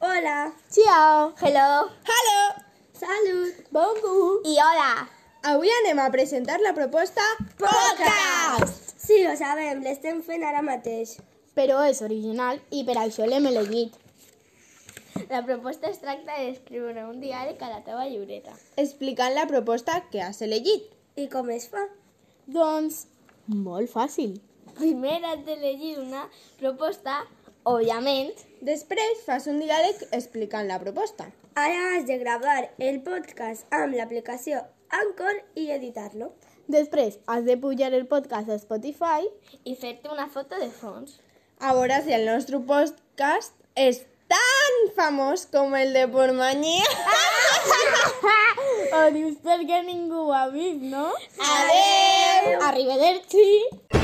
Hola. Ciao. Hello. Hello. Salut. Bonjour. I hola. Avui anem a presentar la proposta Podcast. Sí, ho sabem, l'estem fent ara mateix. Però és original i per això l'hem elegit. La proposta es tracta d'escriure un diari a la teva llibreta. Explicant la proposta que has elegit. I com es fa? Doncs, molt fàcil. Primer has d'elegir una proposta, òbviament, Després fas un diàleg explicant la proposta. Ara has de gravar el podcast amb l'aplicació Anchor i editar-lo. Després has de pujar el podcast a Spotify i fer-te una foto de fons. A veure si el nostre podcast és tan famós com el de Portmanyia. o dius perquè ningú ho ha vist, no? Adeu! Arrivederci!